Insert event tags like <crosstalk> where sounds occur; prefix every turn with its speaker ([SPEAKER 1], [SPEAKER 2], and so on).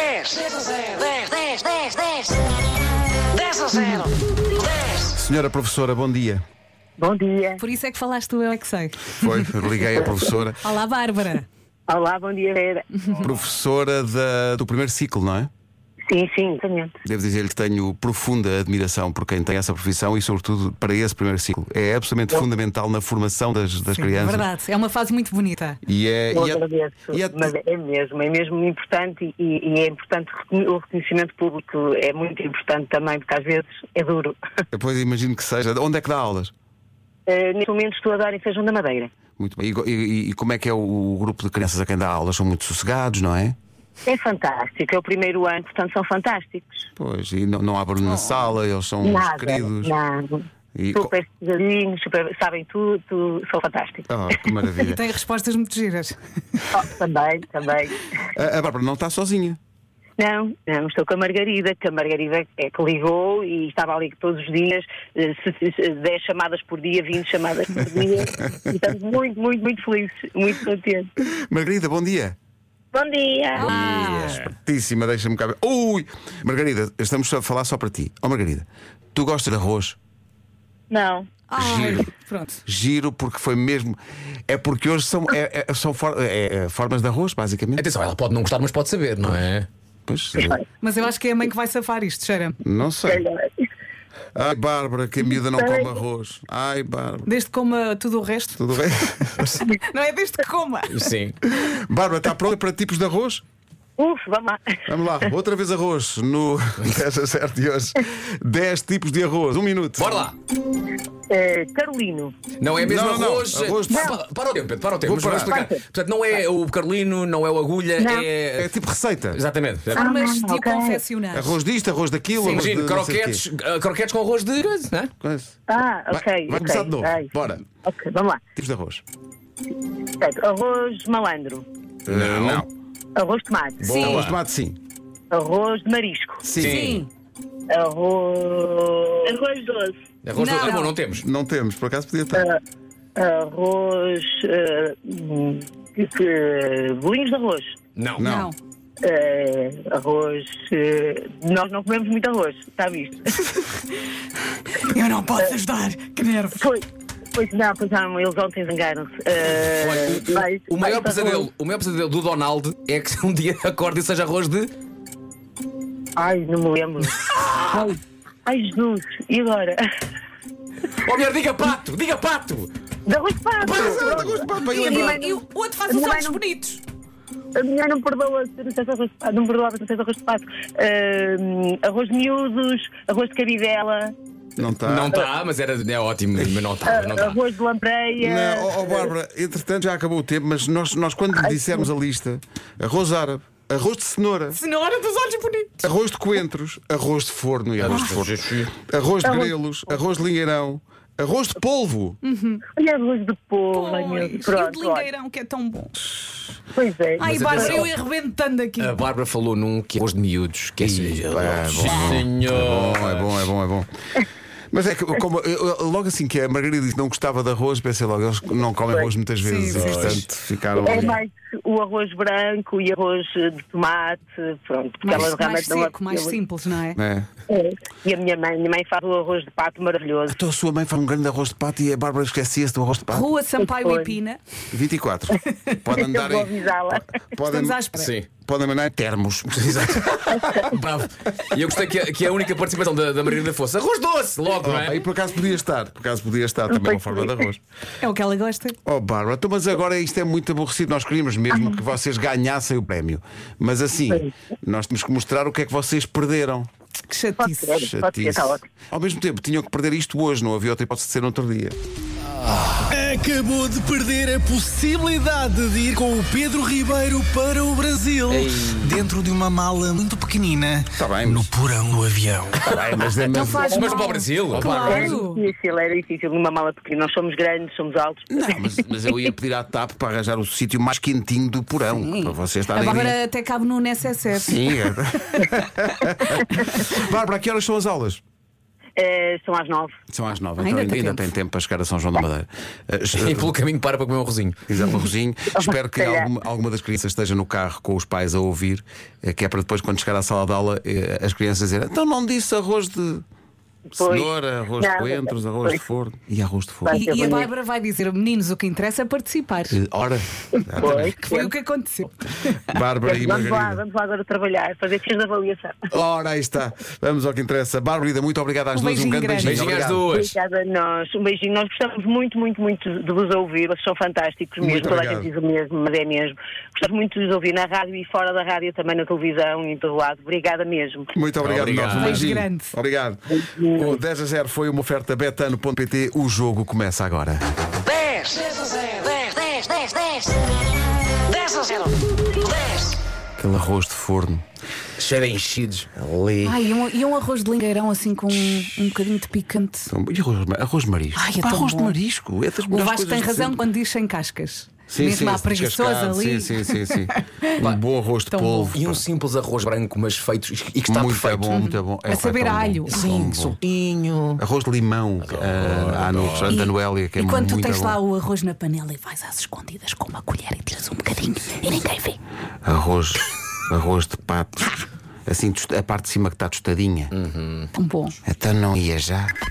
[SPEAKER 1] 10 a 0. 10, 10, 10, 10. 10 a 0. 10.
[SPEAKER 2] Senhora professora, bom dia.
[SPEAKER 3] Bbom dia.
[SPEAKER 4] Por isso é que falaste tu, eu é que sei.
[SPEAKER 2] Foi, liguei a professora.
[SPEAKER 4] Olá, Bárbara.
[SPEAKER 3] Olá, <laughs> bom dia, Vera.
[SPEAKER 2] Professora da- do primeiro ciclo, não é?
[SPEAKER 3] Sim, sim, exatamente.
[SPEAKER 2] Devo dizer-lhe que tenho profunda admiração por quem tem essa profissão e, sobretudo, para esse primeiro ciclo. É absolutamente fundamental na formação das, das crianças.
[SPEAKER 4] Verdade, é uma fase muito bonita.
[SPEAKER 2] E é,
[SPEAKER 3] Eu
[SPEAKER 2] e é-
[SPEAKER 3] agradeço.
[SPEAKER 2] e é-
[SPEAKER 3] Mas é mesmo, é mesmo importante e, e é importante recon- o reconhecimento público. É muito importante também, porque às vezes é duro. <laughs>
[SPEAKER 2] Depois imagino que seja. Onde é que dá aulas?
[SPEAKER 3] Eh, neste momento estou a dar em Feijão da Madeira.
[SPEAKER 2] Muito bem. E, e- e como é que é o, o grupo de crianças a quem dá aulas? São muito sossegados, não é?
[SPEAKER 3] É fantástico, é o primeiro ano, portanto são fantásticos.
[SPEAKER 2] Pois, e não, não há barulho na sala, eles são
[SPEAKER 3] nada,
[SPEAKER 2] queridos.
[SPEAKER 3] nada.
[SPEAKER 2] E co-
[SPEAKER 3] Super pesadinhos, super, sabem tudo, tudo, são fantásticos.
[SPEAKER 2] Ah, que
[SPEAKER 3] <laughs>
[SPEAKER 4] E
[SPEAKER 2] maravilha.
[SPEAKER 4] tem respostas muito giras.
[SPEAKER 3] Oh, também, também.
[SPEAKER 2] A, a Bárbara não está sozinha.
[SPEAKER 3] Não, não, estou com a Margarida, que a Margarida é que ligou e estava ali todos os dias, eh, se- se- se- 10 chamadas por dia, 20 chamadas por dia. e estamos muito, muito, muito felizes, muito contentes.
[SPEAKER 2] Margarida, bom dia.
[SPEAKER 3] Bom dia!
[SPEAKER 5] Ah.
[SPEAKER 2] Espertíssima, deixa-me cá ver. Ui! Margarida, estamos só a falar só para ti. Ó Margarida, tu gostas de arroz?
[SPEAKER 3] Não.
[SPEAKER 4] Ai, pronto.
[SPEAKER 2] Giro porque foi mesmo. É porque hoje são, é- é- são for- é- é formas de arroz, basicamente.
[SPEAKER 5] Atenção, ela pode não gostar, mas pode saber, não é?
[SPEAKER 2] Pois,
[SPEAKER 4] Mas eu acho que é a mãe que vai safar isto, cheira.
[SPEAKER 2] não sei. Ai, Bárbara, que a miúda não come arroz. Ai, Bárbara.
[SPEAKER 4] Desde que coma tudo o resto.
[SPEAKER 2] Tudo bem?
[SPEAKER 4] Não é desde que coma.
[SPEAKER 5] Sim.
[SPEAKER 2] <laughs> Bárbara, está pronta para tipos de arroz?
[SPEAKER 3] Uf, vamos lá.
[SPEAKER 2] Vamos lá, outra vez arroz
[SPEAKER 5] <laughs>
[SPEAKER 2] no 10 a 7 de hoje. 10 tipos de arroz, um minuto.
[SPEAKER 5] Bora lá!
[SPEAKER 3] Eh, Carolino,
[SPEAKER 5] Não é mesmo
[SPEAKER 2] Não, não,
[SPEAKER 5] arroz.
[SPEAKER 2] arroz-
[SPEAKER 5] Pa- pa- para o tempo, Pedro, para o tempo.
[SPEAKER 2] Vou
[SPEAKER 5] Mas vamos
[SPEAKER 2] parar.
[SPEAKER 5] explicar. Portanto, não é o Carlino, não é o Agulha,
[SPEAKER 3] Não.
[SPEAKER 2] É
[SPEAKER 5] é.
[SPEAKER 2] tipo receita.
[SPEAKER 5] Exatamente.
[SPEAKER 4] Mas
[SPEAKER 3] não,
[SPEAKER 4] tipo
[SPEAKER 3] ok.
[SPEAKER 4] confeccionar.
[SPEAKER 2] Arroz disto, arroz daquilo. arroz de
[SPEAKER 5] Imagino,
[SPEAKER 2] não sei o quê.
[SPEAKER 5] croquetes, ah, croquetes com arroz de. coisa, Não é?
[SPEAKER 2] Coisa.
[SPEAKER 3] Ah,
[SPEAKER 2] Vai-
[SPEAKER 3] ok.
[SPEAKER 2] vai
[SPEAKER 3] ok,
[SPEAKER 2] começar de novo.
[SPEAKER 3] ai, sim.
[SPEAKER 2] Bora.
[SPEAKER 3] Ok, vamos lá.
[SPEAKER 2] Tipos de arroz.
[SPEAKER 3] Portanto, arroz malandro,
[SPEAKER 2] Não.
[SPEAKER 3] arroz de tomate,
[SPEAKER 2] Arroz de tomate, Eh, um sim.
[SPEAKER 3] arroz de marisco,
[SPEAKER 2] sim.
[SPEAKER 4] Sim.
[SPEAKER 3] arroz. Arroz doce.
[SPEAKER 5] Arroz
[SPEAKER 4] Não,
[SPEAKER 5] de. Ah, bom,
[SPEAKER 4] não.
[SPEAKER 5] não temos.
[SPEAKER 2] Não temos, por acaso podia estar.
[SPEAKER 3] Arroz. eh, hum, que- que- bolinhos de arroz.
[SPEAKER 5] Não.
[SPEAKER 2] Não.
[SPEAKER 4] Não.
[SPEAKER 3] Eh, arroz. eh, nós não comemos muito arroz, está visto?
[SPEAKER 4] Eu não posso ajudar. Que nervos.
[SPEAKER 3] <laughs> Pois, pois não, pois não, eles ontem zangaram-se. Eh,
[SPEAKER 5] Olha, o-
[SPEAKER 3] mais-
[SPEAKER 5] o, maior
[SPEAKER 3] mais
[SPEAKER 5] pesadelo,
[SPEAKER 3] arroz.
[SPEAKER 5] o maior pesadelo do Donald é que <laughs> um dia acorde e seja arroz de.
[SPEAKER 3] Ai, não
[SPEAKER 2] <laughs>
[SPEAKER 3] me lembro. Ai, ai, Jesus, e agora?
[SPEAKER 5] Oh, mulher, diga pato! Diga pato!
[SPEAKER 3] De arroz de pato!
[SPEAKER 2] Arroz é de pato, bem
[SPEAKER 4] E,
[SPEAKER 2] lembrado.
[SPEAKER 4] e o outro faz os é
[SPEAKER 3] Não,
[SPEAKER 4] olhos
[SPEAKER 3] não.
[SPEAKER 4] bonitos.
[SPEAKER 3] A mulher não perdoa se não fez arroz de pato. Não me perdoava se não fez arroz de pato. Eh, arroz de miúdos, arroz de cabidela,
[SPEAKER 2] Não está.
[SPEAKER 5] Não está, mas era, é ótimo, mas não está, não tá. está.
[SPEAKER 3] arroz de lampreia.
[SPEAKER 2] Não, ó, ó, Bárbara, entretanto já acabou o tempo, mas nós, nós quando lhe dissermos a lista, arroz árabe, arroz de cenoura,
[SPEAKER 4] Senhora dos olhos bonitos.
[SPEAKER 2] arroz de coentros, arroz de forno e Ah, arroz de forno, arroz de grelos, arroz de lingueirão, arroz de polvo.
[SPEAKER 3] Olha, arroz de polvo, meu Deus.
[SPEAKER 4] Pois, e o de
[SPEAKER 3] Pronto, olha.
[SPEAKER 4] lingueirão que é tão bom.
[SPEAKER 3] Pois é.
[SPEAKER 4] Ai, Bárbara, eu arrebentando aqui.
[SPEAKER 5] A Bárbara falou num que é arroz de miúdos, que é
[SPEAKER 2] Bom, é bom, é bom, é bom. Mas é que, como, eu- eu- logo assim que a Margarida disse que não gostava de arroz, pensei logo, eles não comem arroz muitas vezes
[SPEAKER 4] Sim,
[SPEAKER 2] e,
[SPEAKER 4] sim.
[SPEAKER 2] portanto, ficaram.
[SPEAKER 3] É mais o arroz branco e arroz de tomate, pronto, porque
[SPEAKER 4] Mais,
[SPEAKER 3] elas
[SPEAKER 4] mais
[SPEAKER 3] realmente não
[SPEAKER 4] seco, mais simples, não é?
[SPEAKER 2] É.
[SPEAKER 3] É. E a minha mãe, minha mãe faz o arroz de pato maravilhoso.
[SPEAKER 2] Então a sua mãe faz um grande arroz de pato e a Bárbara esquecia-se do arroz de pato.
[SPEAKER 4] Rua Sampaio
[SPEAKER 3] Foi.
[SPEAKER 4] e Pina.
[SPEAKER 2] 24. Pode andar
[SPEAKER 3] eu vou
[SPEAKER 2] em.
[SPEAKER 3] avisá-la.
[SPEAKER 2] Podem,
[SPEAKER 4] Estamos à espera.
[SPEAKER 5] Sim. É um
[SPEAKER 2] podem mandar em termos. <laughs>
[SPEAKER 5] Bravo. E eu gostei que a, que a única participação da, da Margarida fosse arroz doce, logo, não
[SPEAKER 2] Aí
[SPEAKER 5] é?
[SPEAKER 2] Oh, por acaso podia estar. Por acaso podia estar também uma
[SPEAKER 3] Pois
[SPEAKER 2] forma de
[SPEAKER 3] podia.
[SPEAKER 2] arroz.
[SPEAKER 4] É o que ela gosta.
[SPEAKER 2] Oh, Bárbara, então, mas agora isto é muito aborrecido. Nós queríamos mesmo que vocês ganhassem o prémio. Mas assim, nós temos que mostrar o que é que vocês perderam.
[SPEAKER 4] Que
[SPEAKER 3] <laughs> Pode ser,
[SPEAKER 4] chatice.
[SPEAKER 3] pode ser, está tá ótimo.
[SPEAKER 2] Ao mesmo tempo, tinham que perder isto hoje, não havia outra hipótese de ser outro dia.
[SPEAKER 6] Acabou de perder a possibilidade de ir com o Pedro Ribeiro para o Brasil dentro de uma mala muito pequenina
[SPEAKER 2] Tá bem,
[SPEAKER 6] no
[SPEAKER 2] mas-
[SPEAKER 6] porão do avião.
[SPEAKER 2] Tá mas
[SPEAKER 4] Não Então faz
[SPEAKER 5] Mas
[SPEAKER 4] mal.
[SPEAKER 5] para o Brasil.
[SPEAKER 3] Era
[SPEAKER 4] Claro.
[SPEAKER 3] É difícil, era difícil numa mala pequena. Nós somos grandes, somos altos.
[SPEAKER 2] Não, mas, mas eu ia pedir à TAP para arranjar o sítio mais quentinho do porão. Para vocês
[SPEAKER 4] Hum. A
[SPEAKER 2] estarem ali.
[SPEAKER 4] Bárbara até cabe no NSSF. <laughs>
[SPEAKER 2] Sim. é. Bárbara, a que horas são as aulas?
[SPEAKER 3] Eh, são às nove.
[SPEAKER 2] São às nove,
[SPEAKER 4] Ainda
[SPEAKER 2] então ainda,
[SPEAKER 4] tem
[SPEAKER 2] ainda
[SPEAKER 4] tempo.
[SPEAKER 2] tem tempo para chegar a São João da Madeira. Eh, es-
[SPEAKER 5] E pelo caminho para para comer um rosinho.
[SPEAKER 2] Exato, um rosinho.
[SPEAKER 3] <laughs>
[SPEAKER 2] Espero que
[SPEAKER 3] se calhar.
[SPEAKER 2] alguma, alguma das crianças esteja no carro com os pais a ouvir, eh, que é para depois, quando chegar à sala de aula, eh, as crianças dizerem: então não disse arroz de cenoura, arroz de
[SPEAKER 3] Nada.
[SPEAKER 2] coentros, arroz de
[SPEAKER 3] Pois.
[SPEAKER 2] forno e arroz de forno.
[SPEAKER 3] Vai.
[SPEAKER 4] E, e a Bárbara vai dizer: meninos, o que interessa é participar.
[SPEAKER 2] Eh, Ora,
[SPEAKER 3] Pois.
[SPEAKER 4] Que foi o que aconteceu.
[SPEAKER 2] Bárbara e
[SPEAKER 3] Vamos lá,
[SPEAKER 2] Margarida.
[SPEAKER 3] vamos lá agora trabalhar, fazer fichas de avaliação.
[SPEAKER 2] Ora, aí está. Vamos ao que interessa. Bárbara, muito obrigado às
[SPEAKER 4] Um
[SPEAKER 2] duas. Um
[SPEAKER 4] beijinho
[SPEAKER 2] grande
[SPEAKER 4] grande.
[SPEAKER 2] beijinho.
[SPEAKER 5] Beijinho às
[SPEAKER 2] Obrigado.
[SPEAKER 5] duas.
[SPEAKER 3] Obrigada a nós, um beijinho. Nós gostamos muito, muito, muito de vos ouvir. Vocês são fantásticos
[SPEAKER 2] Muito
[SPEAKER 3] mesmo, toda a
[SPEAKER 2] obrigado.
[SPEAKER 3] gente diz o mesmo, mas é mesmo. Gostamos muito de vos ouvir na rádio e fora da rádio, também na televisão e em todo lado. Obrigada mesmo.
[SPEAKER 2] Muito obrigado,
[SPEAKER 5] Obrigado.
[SPEAKER 2] Nós. Um
[SPEAKER 4] Beijo
[SPEAKER 2] beijinho.
[SPEAKER 4] grande.
[SPEAKER 2] Obrigado. O 10 a 0 foi uma oferta betano.pt. O jogo começa agora.
[SPEAKER 1] 10, 10 a 0. 10, 10, 10, 10. 10 a 0. 10.
[SPEAKER 2] Aquele arroz de forno.
[SPEAKER 5] Cheio de enchidos. Ali.
[SPEAKER 4] Ai, e um, e um arroz de lingueirão assim com um, um bocadinho de picante.
[SPEAKER 2] Então, E arroz, arroz de marisco?
[SPEAKER 4] Ai, é
[SPEAKER 2] Pá,
[SPEAKER 4] tão
[SPEAKER 2] arroz de
[SPEAKER 4] bom.
[SPEAKER 2] marisco. É das
[SPEAKER 4] O
[SPEAKER 2] melhores
[SPEAKER 4] Vasco
[SPEAKER 2] coisas
[SPEAKER 4] tem
[SPEAKER 2] de
[SPEAKER 4] razão
[SPEAKER 2] sempre.
[SPEAKER 4] quando diz sem cascas.
[SPEAKER 2] Sim,
[SPEAKER 4] Mesmo
[SPEAKER 2] sim,
[SPEAKER 4] à preguiçosa
[SPEAKER 2] descascado.
[SPEAKER 4] ali.
[SPEAKER 2] Sim, sim, sim.
[SPEAKER 4] <laughs>
[SPEAKER 2] sim. um bom arroz de
[SPEAKER 4] Tão
[SPEAKER 2] polvo.
[SPEAKER 5] E um simples arroz branco, mas feito e que está
[SPEAKER 2] muito
[SPEAKER 5] perfeito.
[SPEAKER 2] bom, muito bom. É,
[SPEAKER 4] A
[SPEAKER 2] pá,
[SPEAKER 4] saber
[SPEAKER 2] tão
[SPEAKER 4] a
[SPEAKER 2] bom.
[SPEAKER 4] alho.
[SPEAKER 2] Tão
[SPEAKER 5] Sim,
[SPEAKER 2] bom.
[SPEAKER 5] sopinho.
[SPEAKER 2] Arroz de limão. ah, Há no restaurante da Noélia, que é
[SPEAKER 4] e quando tu
[SPEAKER 2] muito
[SPEAKER 4] tens
[SPEAKER 2] bom.
[SPEAKER 4] lá o arroz na panela e vais às escondidas com uma colher e tiras um bocadinho e ninguém vê.
[SPEAKER 2] Arroz, arroz de assim,
[SPEAKER 4] Hum.
[SPEAKER 2] pato. Assim, tost- a parte de cima que está tostadinha.
[SPEAKER 4] Tão bom.
[SPEAKER 2] Então não ia já.